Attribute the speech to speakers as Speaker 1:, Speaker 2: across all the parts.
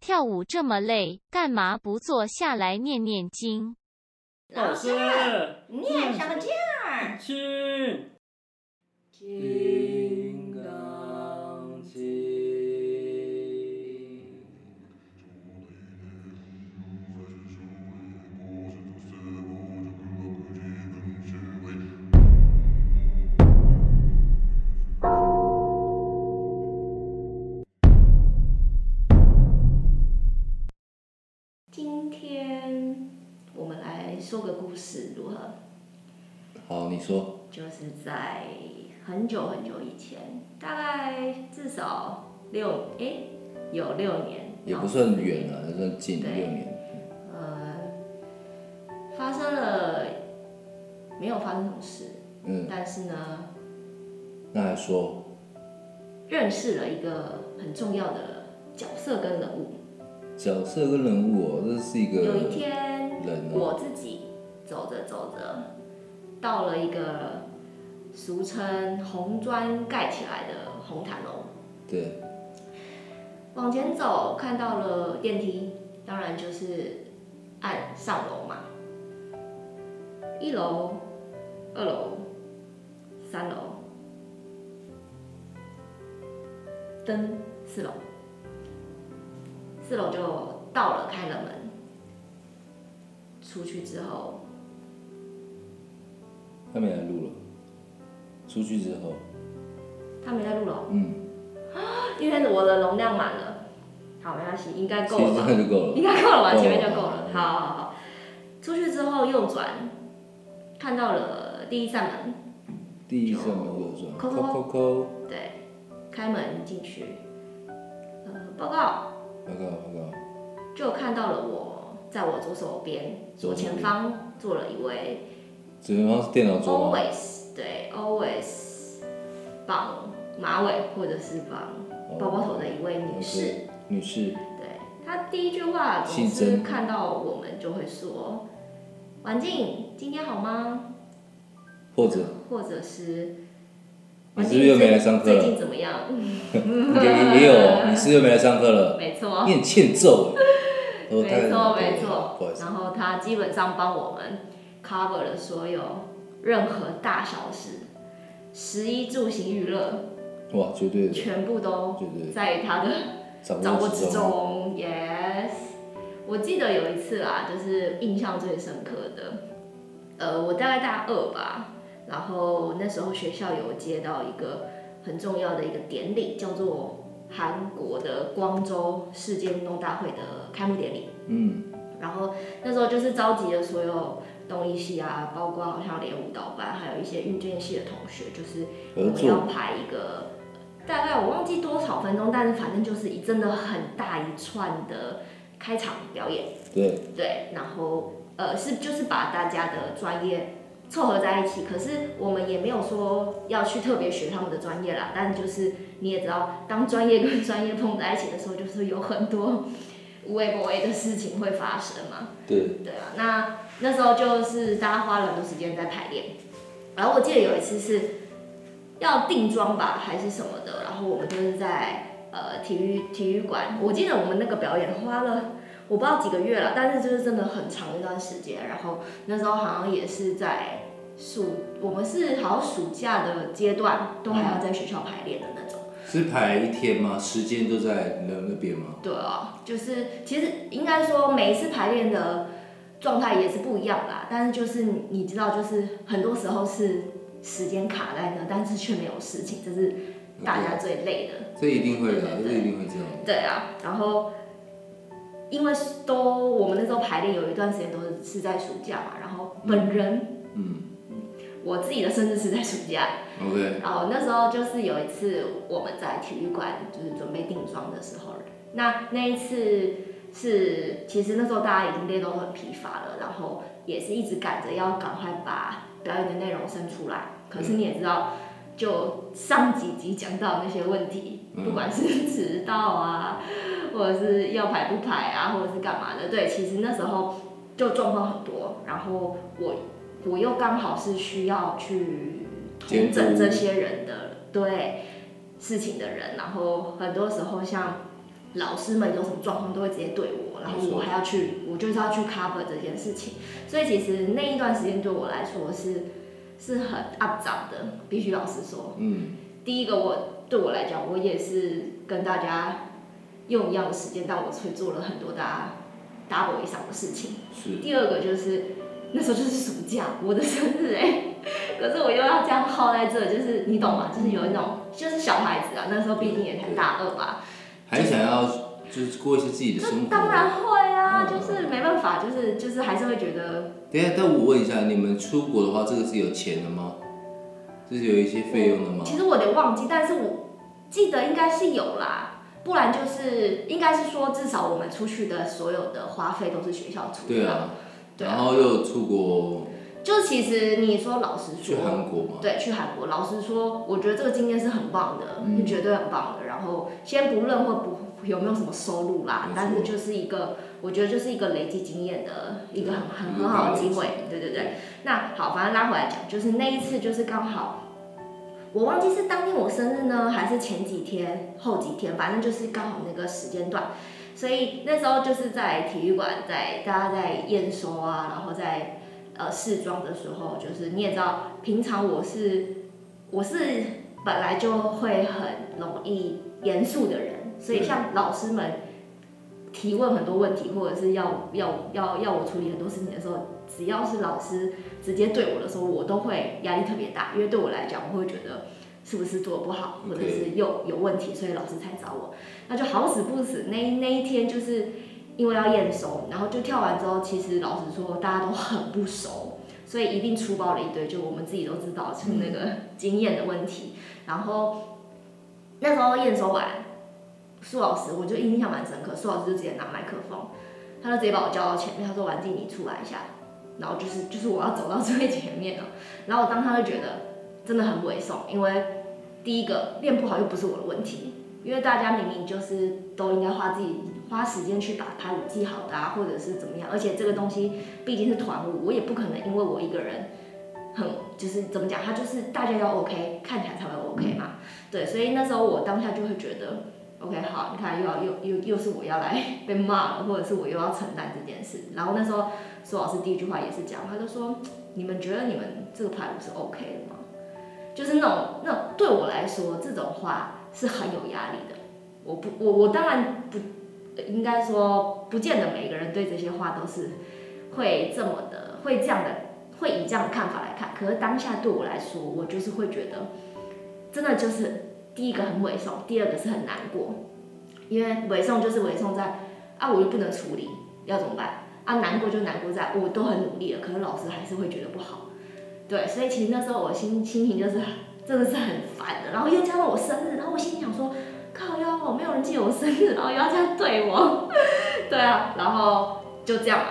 Speaker 1: 跳舞这么累，干嘛不坐下来念念经？
Speaker 2: 老师，
Speaker 3: 念什么经儿？
Speaker 2: 经
Speaker 4: 金刚经，
Speaker 3: 今天我们来说个故事，如何？
Speaker 4: 好，哦你说，
Speaker 3: 就是在很久很久以前，大概至少六诶，有六年，
Speaker 4: 也
Speaker 3: 然
Speaker 4: 不
Speaker 3: 后
Speaker 4: 算
Speaker 3: 四
Speaker 4: 远
Speaker 3: 年
Speaker 4: 了，也算近六
Speaker 3: 对
Speaker 4: 年。
Speaker 3: 呃，发生了没有发生什么事，
Speaker 4: 嗯，
Speaker 3: 但是呢，
Speaker 4: 那还说，
Speaker 3: 认识了一个很重要的角色跟人物。
Speaker 4: 角色跟人物哦，这是一个
Speaker 3: 有一天
Speaker 4: 人，哦
Speaker 3: 我自己走着走着，到了一个俗称红砖盖起来的红毯楼，
Speaker 4: 对，
Speaker 3: 往前走看到了电梯，当然就是按上楼嘛，一楼、二楼、三楼，登四楼，四楼就到了，开了门，出去之后，
Speaker 4: 他没来录了。出去之后，
Speaker 3: 他没在录了，
Speaker 4: 嗯，
Speaker 3: 因为我的容量满了，好，没关系，应该
Speaker 4: 其
Speaker 3: 够
Speaker 4: 实
Speaker 3: 了吧
Speaker 4: 这？样就够了
Speaker 3: 应。该够了吧？
Speaker 4: 够了
Speaker 3: 前面就够了。
Speaker 4: 嗯
Speaker 3: 好好好，出去之后右转，看到了第一扇门，
Speaker 4: 第一扇门右转，
Speaker 3: 扣
Speaker 4: 扣
Speaker 3: 扣扣
Speaker 4: 扣扣，
Speaker 3: 对，开门进去，呃，报告，
Speaker 4: 报告报告，
Speaker 3: 就看到了我在我左手边，左
Speaker 4: 左手边
Speaker 3: 前方坐了一位
Speaker 4: 这边方是电脑桌啊吗？
Speaker 3: always 对 always 绑马尾或者是绑包包头的一位女士。
Speaker 4: OK，女哦士，
Speaker 3: 哦对他第一句话总
Speaker 4: 姓
Speaker 3: 是
Speaker 4: 曾
Speaker 3: 看到我们就会说：“婉静，今天好吗
Speaker 4: 或者？”
Speaker 3: 或者是“
Speaker 4: 你
Speaker 3: 婉
Speaker 4: 是
Speaker 3: 静
Speaker 4: 不是又没来上课
Speaker 3: 最
Speaker 4: 了
Speaker 3: 近？怎么样嗯
Speaker 4: 也也也有，你是不是又没来上课？”了？
Speaker 3: 没错，
Speaker 4: 你很欠揍哎。哦大概
Speaker 3: 没错，没
Speaker 4: 不好
Speaker 3: 错
Speaker 4: 意。思，
Speaker 3: 然后他基本上帮我们 cover 了所有任何大小事，食衣住行娱乐
Speaker 4: 哇，绝对的，绝
Speaker 3: 全部都
Speaker 4: 对的，
Speaker 3: 在他的
Speaker 4: 掌
Speaker 3: 掌
Speaker 4: 握
Speaker 3: 握
Speaker 4: 之啊
Speaker 3: 之
Speaker 4: 中。
Speaker 3: 中，yes。我记得有一次啦，就是印象最深刻的，呃，我大概大二吧，然后那时候学校有接到一个很重要的一个典礼，叫做韩国的光州世界运动大会的开幕典礼。
Speaker 4: 嗯，
Speaker 3: 然后那时候就是召集了所有东一系啊，包括好像连舞蹈班，还有一些运动系的同学，就是我
Speaker 4: 合
Speaker 3: 们要
Speaker 4: 作
Speaker 3: 排一个，大概我忘记多少分钟，但是反正就是一真的很大一串的开场表演，
Speaker 4: 对，
Speaker 3: 对，然后呃是就是把大家的专业凑合在一起，可是我们也没有说要去特别学他们的专业啦，但就是你也知道，当专业跟专业碰在一起的时候，就是有很多 无微不微的事情会发生嘛。
Speaker 4: 对，
Speaker 3: 对啊，那那时候就是大家花了很多时间在排练，然后我记得有一次是要定妆吧还是什么的，然后我们就是在呃体育体育馆，我记得我们那个表演花了我不知道几个月了，但是就是真的很长一段时间，然后那时候好像也是在暑，我们是好像暑假的阶段都还要在学校排练的那种。
Speaker 4: 是排一天吗？时间都在那那边吗？
Speaker 3: 对啊，就是其实应该说每一次排练的状态也是不一样啦，但是就是你你知道，就是很多时候是时间卡在那，但是却没有事情，这是大家最累的。
Speaker 4: 这一定会的，
Speaker 3: 对
Speaker 4: 这
Speaker 3: 对
Speaker 4: 一定会这样的。
Speaker 3: 对啊，然后因为都我们那时候排练有一段时间都是是在暑假嘛，然后本人、
Speaker 4: 嗯
Speaker 3: 我自己的生日是在暑假，
Speaker 4: ，OK，
Speaker 3: 然后那时候就是有一次我们在体育馆就是准备定妆的时候，那那一次是其实那时候大家已经累都很疲乏了，然后也是一直赶着要赶快把表演的内容生出来。可是你也知道，就上几集讲到那些问题，
Speaker 4: 嗯
Speaker 3: 不管是迟到啊，或者是要排不排啊，或者是干嘛的，对，其实那时候就状况很多。然后我我又刚好是需要去
Speaker 4: 监
Speaker 3: 统
Speaker 4: 督
Speaker 3: 整这些人的对事情的人，然后很多时候像老师们有什么状况都会直接对我，然后
Speaker 4: 没错
Speaker 3: 我还要去，我就是要去 cover 这件事情。所以其实那一段时间对我来说是是很 up 涨的，必须老实说。
Speaker 4: 嗯，
Speaker 3: 第一个我对我来讲，我也是跟大家用一样的时间，但我却做了很多大家 double 以上的事情。
Speaker 4: 是
Speaker 3: 第二个就是那时候就是暑假，我的生日哎、 可是我又要这样耗在这，就是你懂吗？就是有一种就是小孩子啊，那时候毕竟也才大二吧，
Speaker 4: 还想要就是过一些自己的
Speaker 3: 就
Speaker 4: 生活。
Speaker 3: 当然会啊，
Speaker 4: 嗯
Speaker 3: 就是没办法，就是就是还是会觉得
Speaker 4: 等一下，但我问一下，你们出国的话，这个是有钱的吗？这是有一些费用的吗？
Speaker 3: 其实我有点忘记，但是我记得应该是有啦，不然就是应该是说至少我们出去的所有的花费都是学校出的，
Speaker 4: 对啊，
Speaker 3: 对啊
Speaker 4: 然后又出国
Speaker 3: 就其实你说老实
Speaker 4: 去
Speaker 3: 说，
Speaker 4: 韩国嘛，
Speaker 3: 对，去韩国，老实说，我觉得这个经验是很棒的，
Speaker 4: 嗯
Speaker 3: 是绝对很棒的。然后先不论会不有没有什么收入啦
Speaker 4: 没错，
Speaker 3: 但是就是一个，我觉得就是一个累积经验的一个很很
Speaker 4: 一个
Speaker 3: 很
Speaker 4: 大
Speaker 3: 好的
Speaker 4: 累积
Speaker 3: 机会。对对对。那好，反正拉回来讲，就是那一次就是刚好，我忘记是当天我生日呢，还是前几天、后几天，反正就是刚好那个时间段。所以那时候就是在体育馆，在大家在验收啊，然后在呃试妆的时候，就是你也知道，平常我是我是本来就会很容易严肃的人，所以
Speaker 4: 对
Speaker 3: 像老师们提问很多问题，或者是要要要要我处理很多事情的时候，只要是老师直接对我的时候，我都会压力特别大，因为对我来讲，我会觉得是不是做的不好，或者
Speaker 4: OK
Speaker 3: 是又有问题，所以老师才找我。那就好死不死，那那一天就是因为要验收，然后就跳完之后，其实老实说，大家都很不熟，所以一定出包了一堆，就我们自己都知道是那个经验的问题。然后那时候验收完，苏老师我就印象蛮深刻，苏老师就直接拿麦克风，他就直接把我叫到前面，他说：“王静，你出来一下。”然后就是就是我要走到最前面了，然后我当他就觉得真的很猥琐，因为第一个练不好又不是我的问题，因为大家明明就是都应该花自己花时间去把排舞记好的啊，或者是怎么样，而且这个东西毕竟是团舞，我也不可能因为我一个人很就是怎么讲，他就是大家要 OK，看起来才会 OK 嘛，对，所以那时候我当下就会觉得。OK，好，你看又要又又又是我要来 被骂了，或者是我又要承担这件事。然后那时候苏老师第一句话也是讲，他就说：“你们觉得你们这个排舞是 OK 的吗？”就是那种那种对我来说，这种话是很有压力的。我不，我我当然不，应该说不见得每个人对这些话都是会这么的，会这样的，会以这样的看法来看。可是当下对我来说，我就是会觉得，真的就是第一个很猥琐，第二个是很难过，因为猥琐就是猥琐在啊，我又不能处理，要怎么办？啊，难过就难过在，我都很努力了，可是老师还是会觉得不好。对，所以其实那时候我心心情就是真的是很烦的，然后又加上我生日，然后我心里想说，靠腰，我没有人记我生日，然后又要这样对我， 对啊，然后就这样嘛，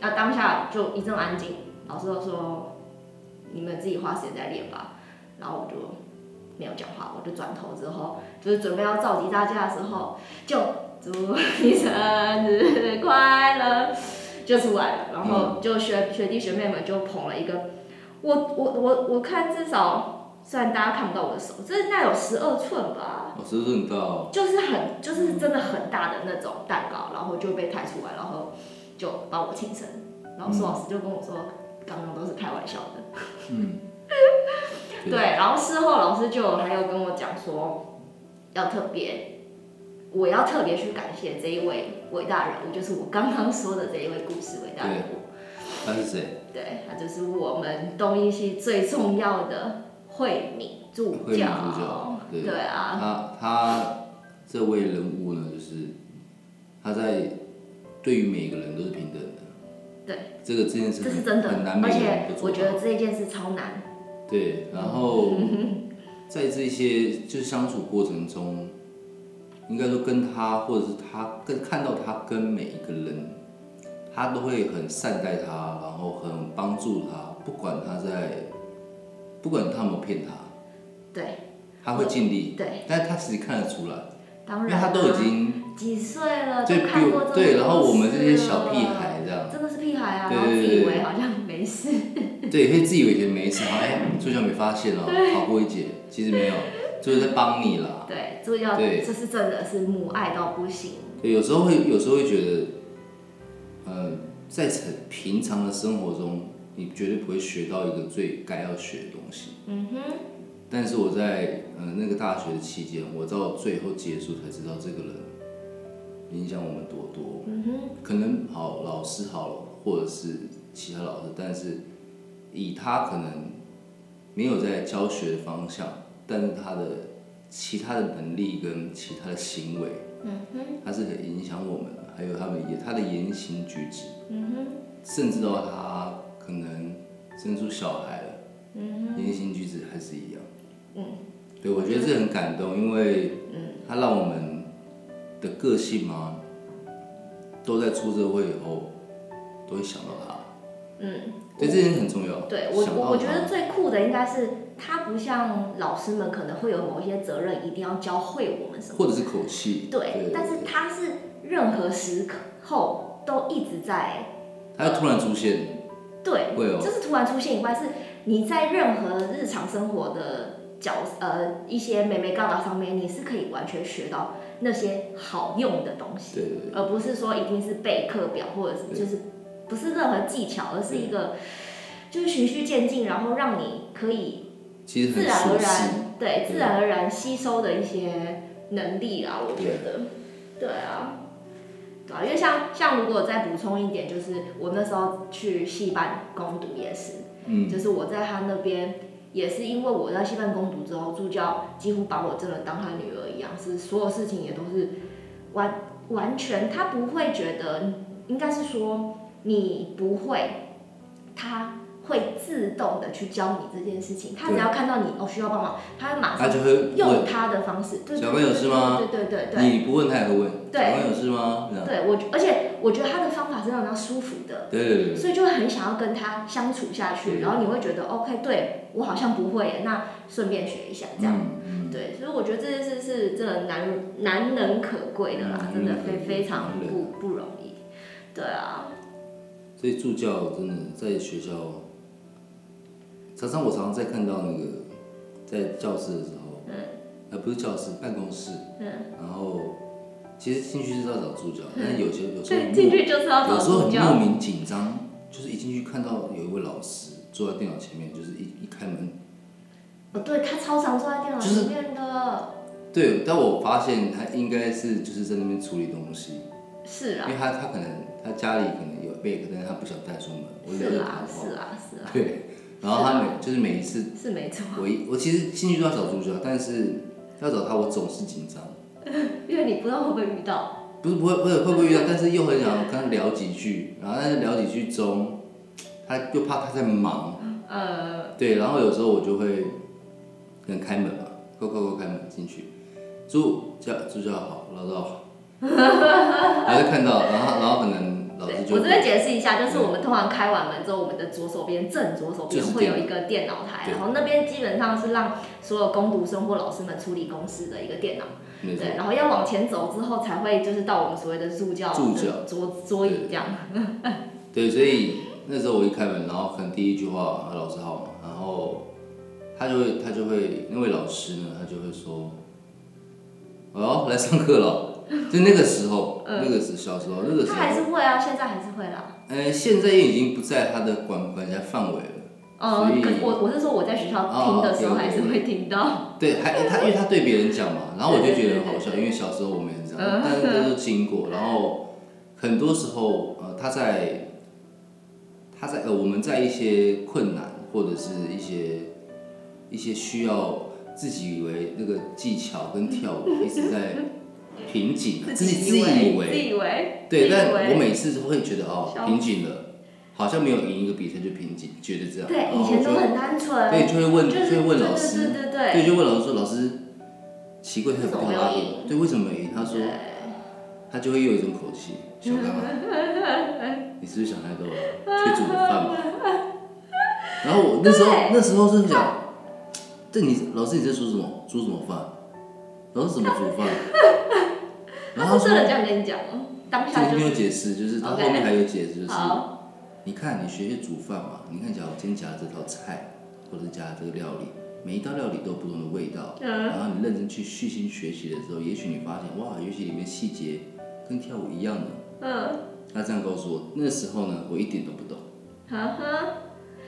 Speaker 3: 那当下就一阵安静，老师就说，你们自己花时间再练吧，然后我就没有讲话，我就转头之后，就是准备要召集大家的时候，就祝你生日快乐，就出来了，然后就学学弟学妹们就捧了一个。我我我我看至少，虽然大家看不到我的手，这应该有十二寸吧，
Speaker 4: 老师很高哦，
Speaker 3: 就是很就是真的很大的那种蛋糕，然后就被抬出来，然后就把我庆生，然后苏老师就跟我说，刚刚都是开玩笑的。
Speaker 4: 嗯，
Speaker 3: 对，然后事后老师就有还有跟我讲说，要特别，我要特别去感谢这一位伟大人物，就是我刚刚说的这一位故事伟大人物。
Speaker 4: 他是谁？
Speaker 3: 对，他就是我们东一系最重要的慧敏助
Speaker 4: 慧敏助教对
Speaker 3: 对啊，
Speaker 4: 他他这位人物呢，就是他在对于每个人都是平等的。
Speaker 3: 对，
Speaker 4: 这个这件事
Speaker 3: 这是
Speaker 4: 情
Speaker 3: 真的
Speaker 4: 很难，每
Speaker 3: 而
Speaker 4: 个人
Speaker 3: 且
Speaker 4: 都做
Speaker 3: 我
Speaker 4: 到
Speaker 3: 觉得这一件事超难。
Speaker 4: 对，然 后在这些就是相处过程中，应该说跟他或者是他跟看到他跟每一个人，他都会很善待他，然后很帮助他，不管他在，不管他有没有骗他，
Speaker 3: 对
Speaker 4: 他会尽力。
Speaker 3: 对，
Speaker 4: 但是他其实看得出来，
Speaker 3: 当
Speaker 4: 因为
Speaker 3: 然、啊、
Speaker 4: 他都已经
Speaker 3: 几岁了，
Speaker 4: 对
Speaker 3: 都
Speaker 4: 比
Speaker 3: 看过
Speaker 4: 我
Speaker 3: 这么
Speaker 4: 对，
Speaker 3: 多
Speaker 4: 然后我们这些
Speaker 3: 事
Speaker 4: 小屁
Speaker 3: 了
Speaker 4: 孩这样，
Speaker 3: 真的是屁孩啊，
Speaker 4: 对
Speaker 3: 然后
Speaker 4: 对
Speaker 3: 自
Speaker 4: 对
Speaker 3: 以为好像没事，
Speaker 4: 对，会自以为觉得没事，好像哎，助教没发现哦，逃过一劫，其实没有，就是在帮你啦。
Speaker 3: 对，这个要
Speaker 4: 对
Speaker 3: 这是真的是母爱到不行。
Speaker 4: 对，有时候会，有时候会觉得，呃，在很平常的生活中，你绝对不会学到一个最该要学的东西。
Speaker 3: 嗯哼，
Speaker 4: 但是我在呃那个大学期间，我到最后结束才知道这个人影响我们多多。
Speaker 3: 嗯哼，
Speaker 4: 可能好老师好了，或者是其他老师，但是以他可能没有在教学的方向，但是他的其他的能力跟其他的行为，
Speaker 3: 嗯哼，
Speaker 4: 他是很影响我们的，还有他们也他的言行举止，
Speaker 3: 嗯哼，
Speaker 4: 甚至到他可能生出小孩了，
Speaker 3: 嗯
Speaker 4: 言行举止还是一样。
Speaker 3: 嗯，
Speaker 4: 对，我觉得这很感动，因为他让我们的个性嘛，都在出社会以后都会想到他，
Speaker 3: 嗯，
Speaker 4: 对，这点很重要。
Speaker 3: 对我
Speaker 4: 想到
Speaker 3: 我
Speaker 4: 他
Speaker 3: 我觉得最酷的应该是他不像老师们可能会有某些责任，一定要教会我们什么。
Speaker 4: 或者是口气，
Speaker 3: 对，但是他是任何时候都一直在
Speaker 4: 他突然出现，
Speaker 3: 对，
Speaker 4: 会哦
Speaker 3: 就是突然出现以外，是你在任何日常生活的角呃一些美眉杠杠上面，你是可以完全学到那些好用的东西，
Speaker 4: 对对对，
Speaker 3: 而不是说一定是背课表或者是
Speaker 4: 对
Speaker 3: 就是不是任何技巧，而是一个就是循序渐进，然后让你可以
Speaker 4: 其实
Speaker 3: 自
Speaker 4: 很
Speaker 3: 然而
Speaker 4: 熟悉。
Speaker 3: 然对
Speaker 4: 对
Speaker 3: 自然而然吸收的一些能力啊，我觉得，对啊，对啊，因为像像如果再补充一点，就是我那时候去戏班攻读也是，
Speaker 4: 嗯，
Speaker 3: 就是我在他那边也是因为我在戏班攻读之后，助教几乎把我真的当他女儿一样，是所有事情也都是完完全他不会觉得，应该是说你不会，他会自动的去教你这件事情，他只
Speaker 4: 对
Speaker 3: 要看到你哦需要帮忙，他会马
Speaker 4: 他
Speaker 3: 上
Speaker 4: 就会
Speaker 3: 用
Speaker 4: 问
Speaker 3: 他的方式，对
Speaker 4: 小
Speaker 3: 对
Speaker 4: 朋友是吗？
Speaker 3: 对对对对
Speaker 4: 你不问他也会问，
Speaker 3: 对
Speaker 4: 小朋友是吗？这样
Speaker 3: 对，我而且我觉得他的方法是让他舒服的，
Speaker 4: 对对对对，
Speaker 3: 所以就会很想要跟他相处下去，
Speaker 4: 对
Speaker 3: 然后你会觉得哦 OK，对我好像不会耶，那顺便学一下这样。
Speaker 4: 嗯嗯，
Speaker 3: 对，所以我觉得这件事是真的难难能可贵的啦，
Speaker 4: 嗯
Speaker 3: 真的
Speaker 4: 嗯
Speaker 3: 非
Speaker 4: 嗯
Speaker 3: 非常
Speaker 4: 难
Speaker 3: 不不容易。对啊，
Speaker 4: 所以助教真的在学校，常常我常常在看到那个在教室的时候，嗯，呃，不是教室，办公室，
Speaker 3: 嗯，
Speaker 4: 然后其实进去是要找助教，但是有些有时候
Speaker 3: 对，
Speaker 4: 很
Speaker 3: 进
Speaker 4: 莫
Speaker 3: 去就是要找
Speaker 4: 有时候
Speaker 3: 助
Speaker 4: 很莫
Speaker 3: 教，
Speaker 4: 名紧张，就是一进去看到有一位老师坐在电脑前面，就是一一开门，
Speaker 3: 哦，对他超常坐在电脑
Speaker 4: 就是
Speaker 3: 前面的，
Speaker 4: 对，但我发现他应该是就是在那边处理东西，
Speaker 3: 是
Speaker 4: 因
Speaker 3: 啊，
Speaker 4: 为他他可能他家里可能有备课，但是他不想带出门，我哦
Speaker 3: 是
Speaker 4: 了解他
Speaker 3: 啊，
Speaker 4: 的
Speaker 3: 是啊，
Speaker 4: 话，
Speaker 3: 是啊，
Speaker 4: 对，然后他每就是每一次。
Speaker 3: 是没错，
Speaker 4: 我一我其实进去都要找助教，但是要找他我总是紧张，
Speaker 3: 因为你不知道会不会遇到，
Speaker 4: 不是不会不会会不会遇到，但是又很想跟他聊几句，然后但是聊几句中，他又怕他在忙，
Speaker 3: 呃，
Speaker 4: 对，然后有时候我就会可能开门嘛，扣扣扣开门进去，助教助教好，老赵 好，然后就看到，然后然后可能老
Speaker 3: 对
Speaker 4: 师，就
Speaker 3: 我
Speaker 4: 嗯
Speaker 3: 这边解释一下，就是我们通常开完门之后，我们的左手边正左手边
Speaker 4: 就是
Speaker 3: 会
Speaker 4: 电
Speaker 3: 有一个电脑台，
Speaker 4: 对
Speaker 3: 然后那边基本上是让所有工读生或老师们处理公事的一个电脑。
Speaker 4: 没错
Speaker 3: 对，然后要往前走之后，才会就是到我们所谓的助教
Speaker 4: 助
Speaker 3: 的
Speaker 4: 教
Speaker 3: 桌桌椅
Speaker 4: 对
Speaker 3: 这样。
Speaker 4: 对，所以那时候我一开门，然后可能第一句话啊老师好嘛，然后他就会他就会那位老师呢，他就会说，哦来上课了，就那个时候，那个时小时候那个时
Speaker 3: 嗯他还
Speaker 4: 候，
Speaker 3: 是会啊，现在还是会啦。
Speaker 4: 呃，现在也已经不在他的管管辖范围了，所
Speaker 3: 嗯，
Speaker 4: 以
Speaker 3: 可是我我是说我在学校听的时候
Speaker 4: 哦，OK，OK，OK
Speaker 3: 还是会听到。
Speaker 4: 对，还他因为他对别人讲嘛，然后我就觉得很
Speaker 3: 对
Speaker 4: 好
Speaker 3: 对对
Speaker 4: 笑，
Speaker 3: 对
Speaker 4: 因为小时候我们也是这
Speaker 3: 嗯
Speaker 4: 样，但是都是经过，然后很多时候呃他在他在呃我们在一些困难或者是一些一些需要自己以为那个技巧跟跳舞一直在瓶颈，啊自己自以
Speaker 3: 自
Speaker 4: 为
Speaker 3: 以为，
Speaker 4: 对，
Speaker 3: 自以
Speaker 4: 但
Speaker 3: 为
Speaker 4: 我每次都会觉得哦
Speaker 3: 小
Speaker 4: 瓶颈了，好像没有赢一个比赛就瓶颈，觉得这样，
Speaker 3: 对，
Speaker 4: 然
Speaker 3: 以
Speaker 4: 哦后我
Speaker 3: 前
Speaker 4: 就
Speaker 3: 都很单纯，
Speaker 4: 对就会问
Speaker 3: 就是
Speaker 4: 就会问老师
Speaker 3: 对对对对
Speaker 4: 对，
Speaker 3: 对
Speaker 4: 就问老师说：“老师，奇怪，他怎么拉
Speaker 3: 为什么没有
Speaker 4: 力
Speaker 3: 赢？
Speaker 4: 对，为什么没赢？”他说
Speaker 3: 对，
Speaker 4: 他就会有一种口气，小 刚啊，你是不是想太多了？去煮个饭吧。然后我那时候
Speaker 3: 对
Speaker 4: 那时候是想，这你老师你在说什么？煮什么饭？然后怎么 煮饭？然
Speaker 3: 他
Speaker 4: 后他
Speaker 3: 是真的这
Speaker 4: 说
Speaker 3: 样跟你讲，哦当
Speaker 4: 这
Speaker 3: 下
Speaker 4: 个
Speaker 3: 就
Speaker 4: 没有
Speaker 3: 是
Speaker 4: 解释，就是他后
Speaker 3: OK
Speaker 4: 面还有解释，就是
Speaker 3: 好，
Speaker 4: 你看你学学煮饭嘛，你看假如我今天夹了这道菜，或者夹了这个料理，每一道料理都有不同的味道，
Speaker 3: 呃
Speaker 4: 然后你认真去虚心学习的时候，也许你发现哇，也许里面细节跟跳舞一样的。
Speaker 3: 嗯，
Speaker 4: 他这样告诉我，那时候呢，我一点都不懂，
Speaker 3: 哈哈，那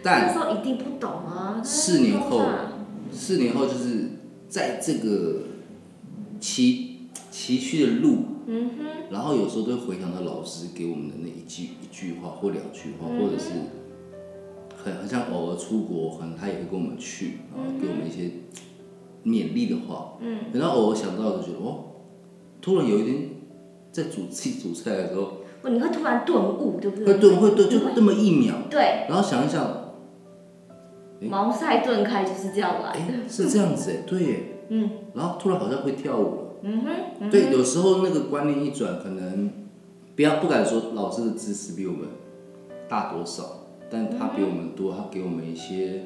Speaker 4: 但
Speaker 3: 时候一定不懂啊。
Speaker 4: 四年后
Speaker 3: 那时候啊
Speaker 4: 四年后就是在这个崎崎岖的路，
Speaker 3: 嗯哼，
Speaker 4: 然后有时候都会回想到老师给我们的那一句一句话或两句话，
Speaker 3: 嗯
Speaker 4: 或者是很很像偶尔出国，可能他也会跟我们去，然后给我们一些勉励的话。嗯，等到偶尔想到，就觉得哦，突然有一天在煮自己煮菜的时候，
Speaker 3: 哦你会突然顿悟，对不
Speaker 4: 会
Speaker 3: 嗯对？
Speaker 4: 顿会顿，就这么一秒，
Speaker 3: 对，
Speaker 4: 然后想一想，
Speaker 3: 茅塞顿开就是这样来
Speaker 4: 哎
Speaker 3: 的。，
Speaker 4: 是这样子哎，对耶，
Speaker 3: 嗯，
Speaker 4: 然后突然好像会跳舞了。
Speaker 3: 嗯哼，嗯
Speaker 4: 对，有时候那个观念一转，可能不要不敢说老师的知识比我们大多少，但他比我们多，他给我们一些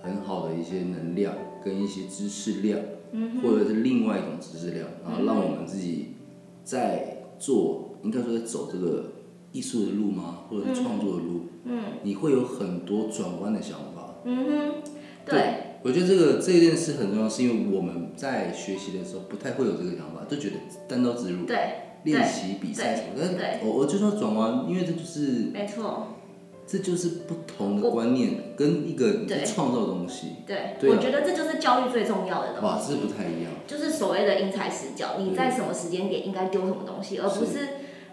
Speaker 4: 很好的一些能量跟一些知识量，
Speaker 3: 嗯
Speaker 4: 或者是另外一种知识量，然后让我们自己在做，应该说在走这个艺术的路吗，或者是创作的路，嗯，你会有很多转弯的想法，
Speaker 3: 嗯哼，对，
Speaker 4: 我觉得这个这件事很重要，是因为我们在学习的时候不太会有这个想法，就觉得单刀直入，
Speaker 3: 对，
Speaker 4: 练习比赛什么，但
Speaker 3: 对
Speaker 4: 是我我就说转弯，因为这就是
Speaker 3: 没错，
Speaker 4: 这就是不同的观念跟一个你
Speaker 3: 对
Speaker 4: 在创造的东西，
Speaker 3: 对，
Speaker 4: 对啊
Speaker 3: 我觉得这就是教育最重要的东
Speaker 4: 哇，
Speaker 3: 西
Speaker 4: 这。不太一样，
Speaker 3: 就是所谓的因材施教，你在什么时间点应该丢什么东西，而不是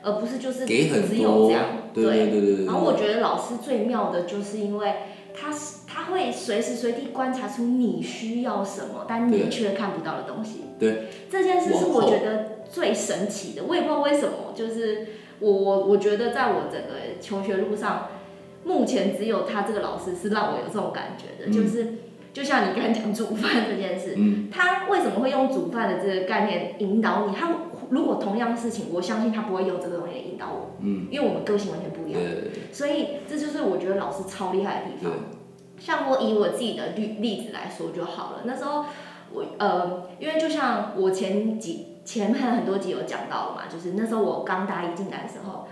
Speaker 3: 而不是就是
Speaker 4: 给很
Speaker 3: 只有
Speaker 4: 多
Speaker 3: 这样，，
Speaker 4: 对对对对对。
Speaker 3: 然后我觉得老师最妙的就是因为他是他会随时随地观察出你需要什么，但你
Speaker 4: 对
Speaker 3: 却看不到的东西。
Speaker 4: 对，
Speaker 3: 这件事是
Speaker 4: 往
Speaker 3: 我
Speaker 4: 后
Speaker 3: 觉得最神奇的，我也不知道为什么，就是我我我觉得在我整个求学路上，目前只有他这个老师是让我有这种感觉的，
Speaker 4: 嗯
Speaker 3: 就是就像你刚才讲煮饭这件事，
Speaker 4: 嗯，
Speaker 3: 他为什么会用煮饭的这个概念引导你？他如果同样的事情，我相信他不会用这个东西来引导我，
Speaker 4: 嗯，
Speaker 3: 因为我们个性完全不一
Speaker 4: 对
Speaker 3: 样，
Speaker 4: 对对
Speaker 3: 所以这就是我觉得老师超厉害的地
Speaker 4: 对
Speaker 3: 方。像我以我自己的例例子来说就好了，那时候我呃，因为就像我前几前面很多集有讲到嘛，就是那时候我刚大一进来的时候，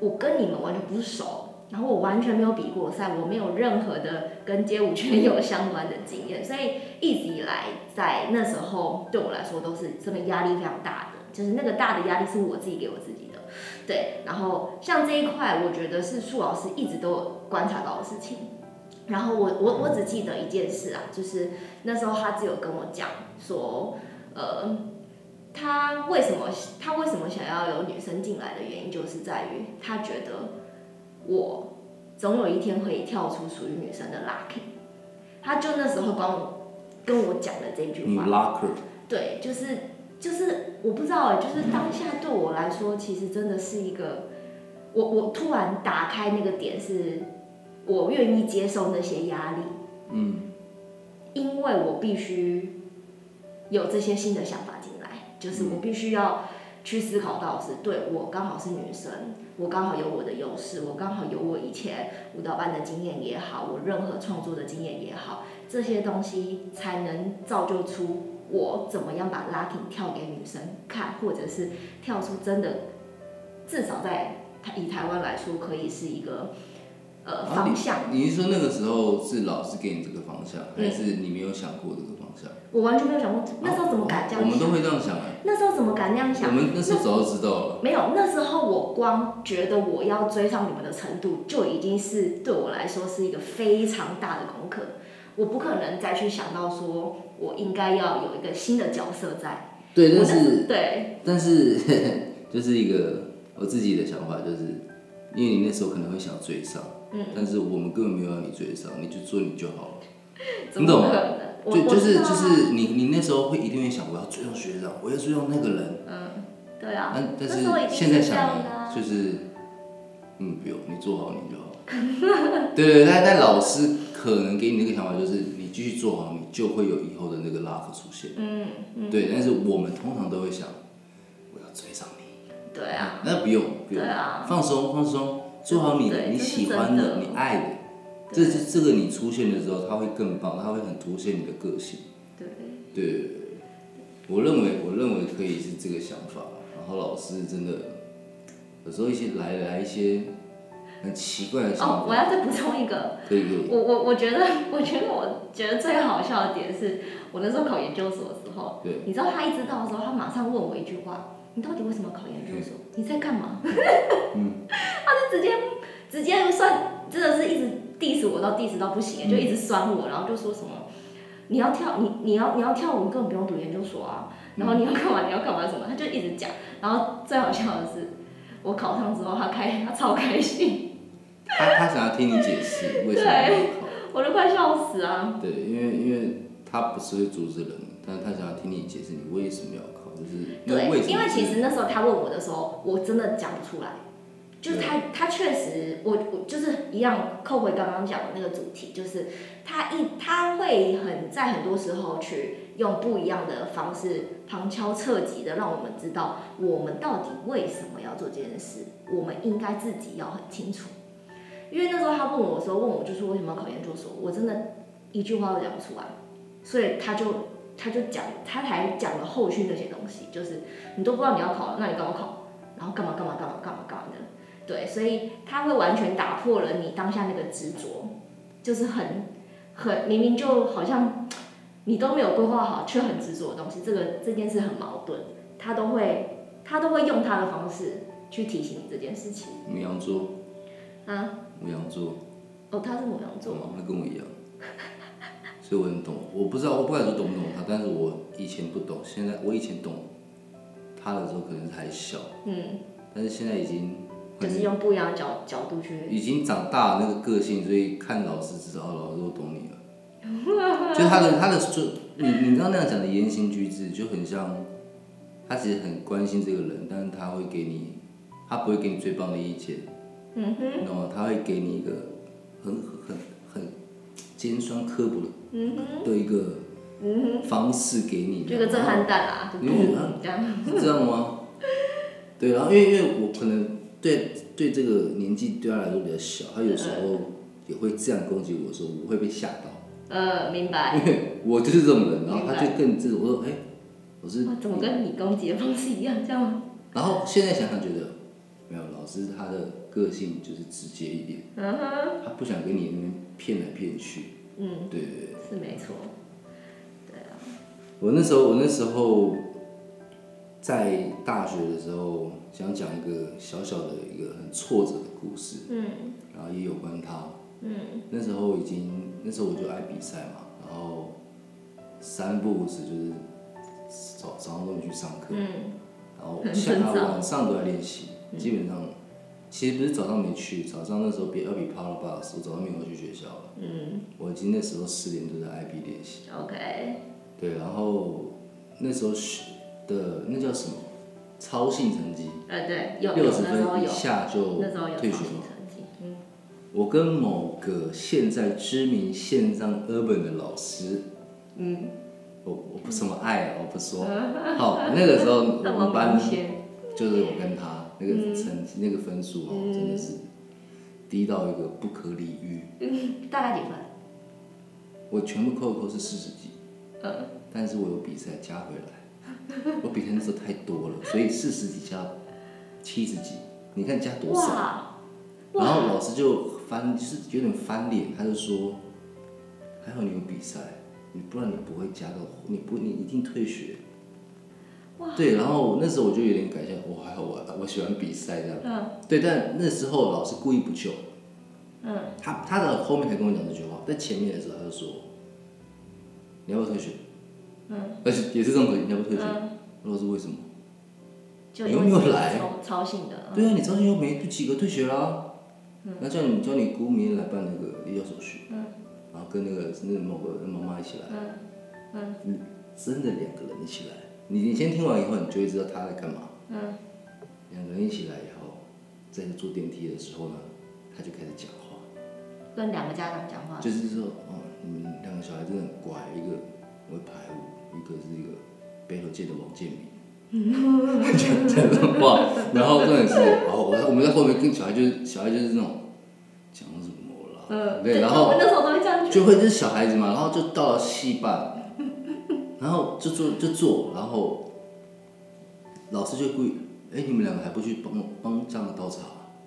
Speaker 3: 我跟你们完全不熟。然后我完全没有比过赛，我没有任何的跟街舞圈有相关的经验，所以一直以来在那时候对我来说都是真的压力非常大的，就是那个大的压力是我自己给我自己的。对，然后像这一块，我觉得是树老师一直都有观察到的事情。然后我我我只记得一件事啊，就是那时候他只有跟我讲说，呃，他为什么他为什么想要有女生进来的原因，就是在于他觉得我总有一天会跳出属于女生的 lucky。他就那时候帮我跟我讲了这句
Speaker 4: 你
Speaker 3: 话，
Speaker 4: locker，
Speaker 3: 对，就是就是我不知道哎、就是当下对我来说，其实真的是一个，我我突然打开那个点是，我愿意接受那些压力，
Speaker 4: 嗯，
Speaker 3: 因为我必须有这些新的想法进来，就是
Speaker 4: 嗯
Speaker 3: 我必须要去思考到是，对我刚好是女生，我刚好有我的优势，我刚好有我以前舞蹈班的经验也好，我任何创作的经验也好，这些东西才能造就出我怎么样把 locking 跳给女生看，或者是跳出真的，至少在台以台湾来说，可以是一个呃
Speaker 4: 啊
Speaker 3: 方向。
Speaker 4: 你是说那个时候是老师给你这个方向，还是你没有想过这个方向？
Speaker 3: 我完全没有想过那时候怎么敢这
Speaker 4: 我
Speaker 3: 样
Speaker 4: 们都
Speaker 3: 想，
Speaker 4: 会这样想哎，
Speaker 3: 那时候怎么敢那样想
Speaker 4: 我？们那时候早就知道了。
Speaker 3: 没有，那时候我光觉得我要追上你们的程度，就已经是对我来说是一个非常大的功课。我不可能再去想到说我应该要有一个新的角色在。
Speaker 4: 对，
Speaker 3: 我
Speaker 4: 但
Speaker 3: 那时
Speaker 4: 是
Speaker 3: 对，
Speaker 4: 但是 就是一个我自己的想法，就是因为你那时候可能会想追上，
Speaker 3: 嗯，
Speaker 4: 但是我们根本没有让你追上，你就做你就好了。
Speaker 3: 怎
Speaker 4: 你
Speaker 3: 么
Speaker 4: 懂吗
Speaker 3: 可能？我
Speaker 4: 就
Speaker 3: 我
Speaker 4: 就是
Speaker 3: 知道
Speaker 4: 就
Speaker 3: 啊
Speaker 4: 是你你那时候会一定会想，我要追上学长，我要追上那个人。
Speaker 3: 嗯，对啊
Speaker 4: 但，但
Speaker 3: 那时候一
Speaker 4: 是
Speaker 3: 定
Speaker 4: 现在
Speaker 3: 是这样
Speaker 4: 想
Speaker 3: 的啊
Speaker 4: 呢，就是嗯，不用你做好你就好。 对对，对但但老师可能给你那个想法就是，你继续做好，你就会有以后的那个 luck 出现。
Speaker 3: 嗯嗯，
Speaker 4: 对，但是我们通常都会想，我要追上你。
Speaker 3: 对啊，
Speaker 4: 那不用，不用，
Speaker 3: 对啊
Speaker 4: 放松放松，做好你
Speaker 3: 对
Speaker 4: 你
Speaker 3: 这是
Speaker 4: 喜欢
Speaker 3: 真的
Speaker 4: 的、你爱的，这是这个你出现的时候，它会更棒，它会很凸显你的个性。
Speaker 3: 对，
Speaker 4: 对对，对对我认为我认为可以是这个想法。然后老师真的有时候一些来来一些很奇怪的
Speaker 3: 哦
Speaker 4: 想，
Speaker 3: 我
Speaker 4: 法。
Speaker 3: 要再补充一个，
Speaker 4: 可以可以，
Speaker 3: 我我我觉得， 我觉得我觉得最好笑的点是，我那时候考研究所的时候，
Speaker 4: 对，
Speaker 3: 你知道他一知道的时候，他马上问我一句话：“你到底为什么考研究所？你在干嘛？”
Speaker 4: 嗯
Speaker 3: 他就直接直接算，真的是一直 diss 我到 diss 到不
Speaker 4: 嗯
Speaker 3: 行，就一直酸我，然后就说什么你要跳你你要你要跳舞，你根本不用读研究所啊，然
Speaker 4: 嗯
Speaker 3: 后你要干嘛你要干嘛什么，他就一直讲。然后最好笑的是，我考上之后，他开他超开心，
Speaker 4: 他他想要听你解释为
Speaker 3: 对
Speaker 4: 什么要考。
Speaker 3: 我都快笑死啊！
Speaker 4: 对，因为因为他不是会阻止人，但是他想要听你解释你为什么要考，就是那
Speaker 3: 对
Speaker 4: 为什，么？
Speaker 3: 因为其实那时候他问我的时候，我真的讲不出来。就是他，他确实，我我就是一样扣回刚刚讲的那个主题，就是他一他会很在很多时候去用不一样的方式旁敲侧击的让我们知道我们到底为什么要做这件事，我们应该自己要很清楚。因为那时候他问我的时候，问我就是为什么要考研究所，我真的一句话都讲不出来，所以他就他就讲，他才讲了后续那些东西，就是你都不知道你要考，那你干嘛考？然后干嘛干嘛干嘛干嘛干嘛的，对，所以他会完全打破了你当下那个执着，就是很很明明就好像你都没有规划好，却很执着的东西，这个这件事很矛盾，他都会他都会用他的方式去提醒你这件事情
Speaker 4: 母羊座，
Speaker 3: 啊。
Speaker 4: 母羊座，
Speaker 3: 哦，他是母羊座吗？
Speaker 4: 吗？他跟我一样， 所以我很懂。我不知道，我不敢说懂不懂他，但是我以前不懂，现在我以前懂他的时候可能还小，
Speaker 3: 嗯，
Speaker 4: 但是现在已经
Speaker 3: 就
Speaker 4: 很
Speaker 3: 是用不一样的角角度去，
Speaker 4: 已经长大了那个个性，所以看老师知道，哦老师我懂你了。 就他的他的就你你刚刚那样讲的言行举止，就很像他其实很关心这个人，但是他会给你，他不会给你最棒的意见，
Speaker 3: 嗯哼，
Speaker 4: 然后他会给你一个很很很尖酸刻薄
Speaker 3: 嗯哼，
Speaker 4: 的一个
Speaker 3: 嗯
Speaker 4: 方式给你，
Speaker 3: 哼，就一个震撼弹啊，就
Speaker 4: 你
Speaker 3: 嘣
Speaker 4: 觉得
Speaker 3: 这样，
Speaker 4: 是这样吗？对，然后因为因为我可能对对这个年纪对他来说比较小，他有时候也会这样攻击我的时候，我会被吓到，
Speaker 3: 呃，明白。
Speaker 4: 因为我就是这种人，然后他
Speaker 3: 明
Speaker 4: 就更自我说，哎、我是
Speaker 3: 哇，怎么跟你攻击的方式一样？这样吗？
Speaker 4: 然后现在想想觉得没有，老师他的个性就是直接一点，
Speaker 3: 嗯哼，
Speaker 4: 他不想跟你那边骗来骗去，
Speaker 3: 嗯，
Speaker 4: 对对对。
Speaker 3: 是没错。
Speaker 4: 我那时候，我那时候在大学的时候，想讲一个小小的一个很挫折的故事，
Speaker 3: 嗯
Speaker 4: 然后也有关他。
Speaker 3: 嗯
Speaker 4: 那时候已经，那时候我就爱比赛嘛，然后三不五时就是早早上都没去上课，
Speaker 3: 嗯
Speaker 4: 然后
Speaker 3: 很嗯
Speaker 4: 下
Speaker 3: 正常
Speaker 4: 晚上都在练习，基本上其实不是早上没去，早上那时候比要比 p a r a b a s 我早上没有去学校了，
Speaker 3: 嗯
Speaker 4: 我已经那时候十点就在 IB 练习。
Speaker 3: ，OK，
Speaker 4: 对，然后那时候是的那叫什么超性成绩，
Speaker 3: 呃，对，有有
Speaker 4: 六十
Speaker 3: 那时候
Speaker 4: 分以
Speaker 3: 有，
Speaker 4: 下就
Speaker 3: 那时候有
Speaker 4: 退
Speaker 3: 创
Speaker 4: 学
Speaker 3: 新
Speaker 4: 了。
Speaker 3: 成绩，嗯
Speaker 4: 我跟某个现在知名线上 urban 的老师，
Speaker 3: 嗯，
Speaker 4: 我我不什么爱啊，我 不说。好，那个时候我
Speaker 3: 那么
Speaker 4: 们班
Speaker 3: 明显，
Speaker 4: 就是我跟他那个成绩、那个分数哦，真的是低到一个不可理喻。
Speaker 3: 嗯，大概几分？
Speaker 4: 我全部扣一扣是四十几，
Speaker 3: 呃，
Speaker 4: 但是我有比赛加回来，我比赛那时候太多了，所以四十几加七十几，你看加多少？
Speaker 3: 哇，
Speaker 4: 然后老师就翻，就是有点翻脸，他就说，还好你有比赛，你不然你不会加到，你不你一定退学。对，然后那时候我就有点感谢，我还好我我喜欢比赛这样。
Speaker 3: 嗯
Speaker 4: 对，但那时候老师故意不救，
Speaker 3: 嗯，
Speaker 4: 他他的后面才跟我讲这句话，在前面的时候他就说，你要不要退学？
Speaker 3: 嗯，
Speaker 4: 而且也是这种口音，你要不要退学？
Speaker 3: 嗯
Speaker 4: 我说是为什么？
Speaker 3: 就
Speaker 4: 你
Speaker 3: 因
Speaker 4: 又
Speaker 3: 为
Speaker 4: 没有
Speaker 3: 是
Speaker 4: 来
Speaker 3: 超超性的，嗯
Speaker 4: 对啊，你招新又没及格退学啦，那叫你叫你姑明天来办那个立交手续，
Speaker 3: 嗯
Speaker 4: 然后跟那个那某个妈妈一起来，
Speaker 3: 嗯嗯
Speaker 4: 真的两个人一起来，你你先听完以后，你就会知道他在干嘛。
Speaker 3: 嗯
Speaker 4: 两个人一起来以后，在坐电梯的时候呢，他就开始讲话，
Speaker 3: 嗯跟两个家长讲话，
Speaker 4: 就是说，哦，你们两个小孩真的很乖，一个会排舞，一个是一个北斗界的王建民。讲讲这种话，然后重点是，哦，我我们在后面跟小孩就是小孩就是那种讲什么啦，
Speaker 3: 嗯，
Speaker 4: 对，然后
Speaker 3: 我们那时候都会这样觉
Speaker 4: 就
Speaker 3: 得，
Speaker 4: 会就是小孩子嘛，然后就到了戏班，然后就做就做，然后老师就故意，哎，你们两个还不去帮帮家长倒茶？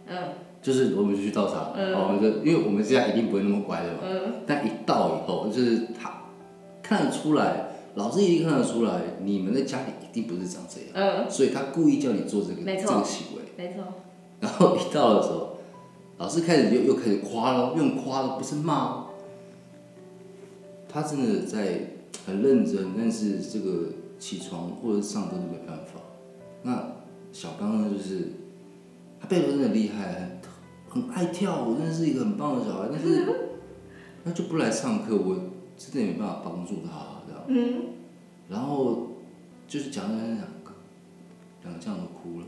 Speaker 3: 嗯
Speaker 4: 就是我们就去倒茶，
Speaker 3: 嗯
Speaker 4: 然后我们就因为我们现在一定不会那么乖的嘛，
Speaker 3: 嗯
Speaker 4: 但一到以后，就是他看得出来，老师一定看得出来，你们在家里一定不是长这样，
Speaker 3: 嗯，
Speaker 4: 所以他故意叫你做这个
Speaker 3: 没
Speaker 4: 这
Speaker 3: 错
Speaker 4: 个行为，
Speaker 3: 没错，
Speaker 4: 然后一到的时候，老师开始又又开始夸了，用夸了不是骂哦，他真的在很认真，但是这个起床或者上课都没办法。那小刚呢，就是他贝多真的厉害，很很爱跳舞，真的是一个很棒的小孩，但是他就不来上课，我真的也没办法帮助他这样。
Speaker 3: 嗯，
Speaker 4: 然后就是讲讲讲讲，讲这样都哭了。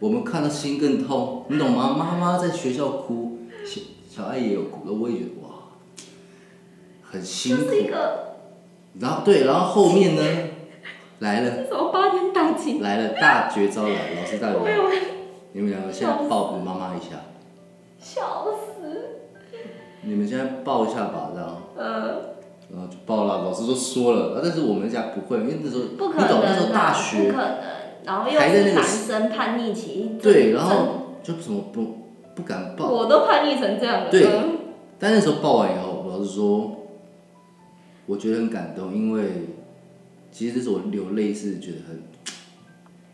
Speaker 4: 我们看到心更痛，你懂吗？妈妈在学校哭，小小爱也有哭，我也觉得哇，很辛
Speaker 3: 这
Speaker 4: 苦。
Speaker 3: 是一个
Speaker 4: 然后对，然后后面呢，来了
Speaker 3: 这是什么八点档情？
Speaker 4: 来了大绝招来，老师大绝
Speaker 3: 我有
Speaker 4: 招，你们两个现在抱妈妈一下，
Speaker 3: 笑死，
Speaker 4: 你们现在抱一下吧，这样。
Speaker 3: 呃，
Speaker 4: 然后就抱了，老师都说了，啊但是我们家不会，因为那时候
Speaker 3: 不可
Speaker 4: 你懂那时
Speaker 3: 能啊，
Speaker 4: 候大学
Speaker 3: 不可能，然后又
Speaker 4: 还在那
Speaker 3: 是
Speaker 4: 个
Speaker 3: 男生叛逆期，
Speaker 4: 对，
Speaker 3: 这
Speaker 4: 然后就怎么不不敢
Speaker 3: 这
Speaker 4: 抱？
Speaker 3: 我都叛逆成这样了，
Speaker 4: 对
Speaker 3: 嗯
Speaker 4: 但那时候抱完以后，老实说，我觉得很感动，因为其实这时候我流泪是觉得很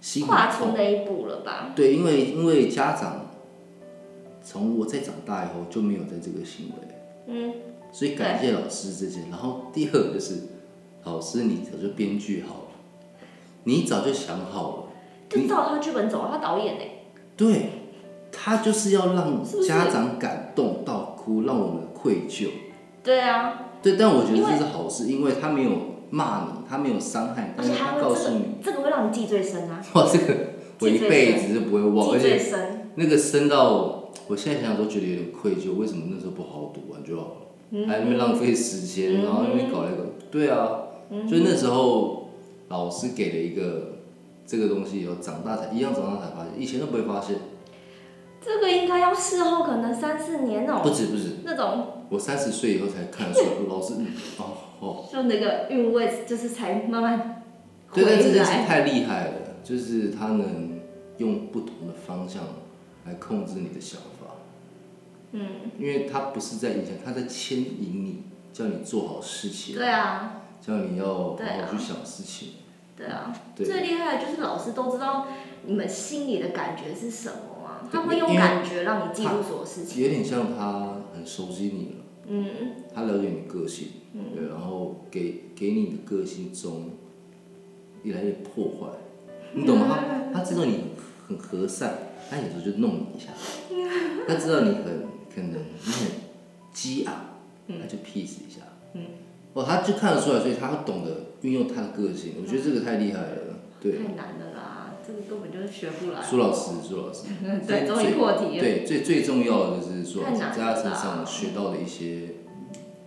Speaker 4: 心
Speaker 3: 跨
Speaker 4: 很
Speaker 3: 出
Speaker 4: 痛。
Speaker 3: 那一步了吧？
Speaker 4: 对，因为因为家长从我在长大以后就没有在这个行为，
Speaker 3: 嗯，
Speaker 4: 所以感谢老师这些。然后第二个就是，老师你早就编剧好了，你早就想好了，
Speaker 3: 就照他剧本走，他导演呢、
Speaker 4: 对，他就是要让
Speaker 3: 是不是
Speaker 4: 家长感动到哭，让我们愧疚。
Speaker 3: 对啊，
Speaker 4: 对，但我觉得
Speaker 3: 因为
Speaker 4: 这是好事，因为他没有骂你，他没有伤害你，
Speaker 3: 而
Speaker 4: 但
Speaker 3: 且
Speaker 4: 是
Speaker 3: 他
Speaker 4: 嗯他
Speaker 3: 会
Speaker 4: 告
Speaker 3: 这
Speaker 4: 诉
Speaker 3: 个
Speaker 4: 你，
Speaker 3: 这个会让你记最深啊，
Speaker 4: 哇，这个我一辈子都不会忘，
Speaker 3: 记
Speaker 4: 而
Speaker 3: 最
Speaker 4: 且
Speaker 3: 深。
Speaker 4: 那个深到我现在想想都觉得有点愧疚，为什么那时候不好好读完啊就好
Speaker 3: 嗯
Speaker 4: 了，还在那边浪费时间，然后那边搞来搞，对啊，
Speaker 3: 嗯
Speaker 4: 所以那时候老师给了一个这个东西以后，长大才一样，长大才发现，以前都不会发现，
Speaker 3: 这个应该要事后可能三四年哦、
Speaker 4: 不止不止，
Speaker 3: 那种
Speaker 4: 我三十岁以后才
Speaker 3: 嗯
Speaker 4: 看得出来，老师哦哦，
Speaker 3: 就那个韵味，就是才慢慢回
Speaker 4: 对，但这件事
Speaker 3: 来。
Speaker 4: 太厉害了，就是他能用不同的方向来控制你的想法。嗯，因为他不是在影响，他在牵引你，叫你做好事情，
Speaker 3: 对啊，
Speaker 4: 叫你要好
Speaker 3: 对啊
Speaker 4: 好去想事情。
Speaker 3: 对啊，
Speaker 4: 对
Speaker 3: 最厉害的就是老师都知道你们心里的感觉是什么啊，
Speaker 4: 对
Speaker 3: 他会用
Speaker 4: 因为
Speaker 3: 感觉让你记住所有事情。
Speaker 4: 有点像他很熟悉你了，
Speaker 3: 嗯，
Speaker 4: 他了解你的个性，对，然后给给你的个性中越来越破坏， 你懂吗？他他知道你很和善，他有时候就弄你 一下，他知道你很可能你很激昂，他就 peace 一下，嗯，哦，他就看得出来，所以他会懂得运用他的个性，我觉得这个太厉害了，对，
Speaker 3: 太难了啦，这个根本就是学不来。，
Speaker 4: 苏老师，苏老师
Speaker 3: 对，终于破题了。
Speaker 4: 对，最最重要的就是说，
Speaker 3: 太难了
Speaker 4: 在他身
Speaker 3: 啦
Speaker 4: 上学到的一些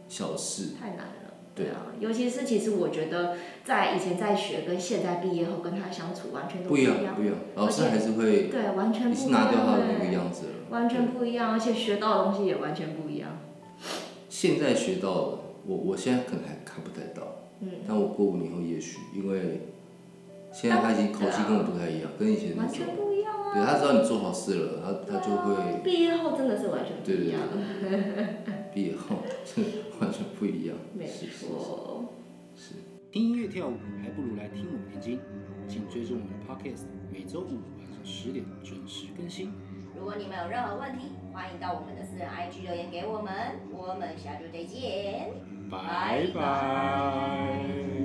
Speaker 4: 小事，
Speaker 3: 太难了。
Speaker 4: 对
Speaker 3: 啊，尤其是其实我觉得，在以前在学跟现在毕业后跟他相处完全都
Speaker 4: 不一
Speaker 3: 样，
Speaker 4: 样，不一样。老师
Speaker 3: 而且
Speaker 4: 还是会，
Speaker 3: 对，完全
Speaker 4: 你
Speaker 3: 不
Speaker 4: 是
Speaker 3: 一
Speaker 4: 拿
Speaker 3: 样、
Speaker 4: 掉他的那个
Speaker 3: 欸，
Speaker 4: 样子了。
Speaker 3: 完全不一样，而且学到的东西也完全不一样。
Speaker 4: 现在学到了，我我现在可能还看不太到，
Speaker 3: 嗯，
Speaker 4: 但我过五年后也许，因为现在他已经口气跟我不太一样，跟以前那
Speaker 3: 完
Speaker 4: 种
Speaker 3: 全，不一样啊！
Speaker 4: 对他知道你做好事了，他他就会
Speaker 3: 毕业后真的是完全不
Speaker 4: 对
Speaker 3: 一
Speaker 4: 对
Speaker 3: 样，
Speaker 4: 毕业后 完全不一样，
Speaker 3: 没
Speaker 4: 是是
Speaker 3: 错。
Speaker 4: 是。
Speaker 5: 听音乐跳舞还不如来听我们念经，请追踪我们的 Podcast，每周五晚上十点准时更新。
Speaker 6: 如果你们有任何问题，欢迎到我们的私人 IG 留言给我们。我们下周再见。
Speaker 5: 拜拜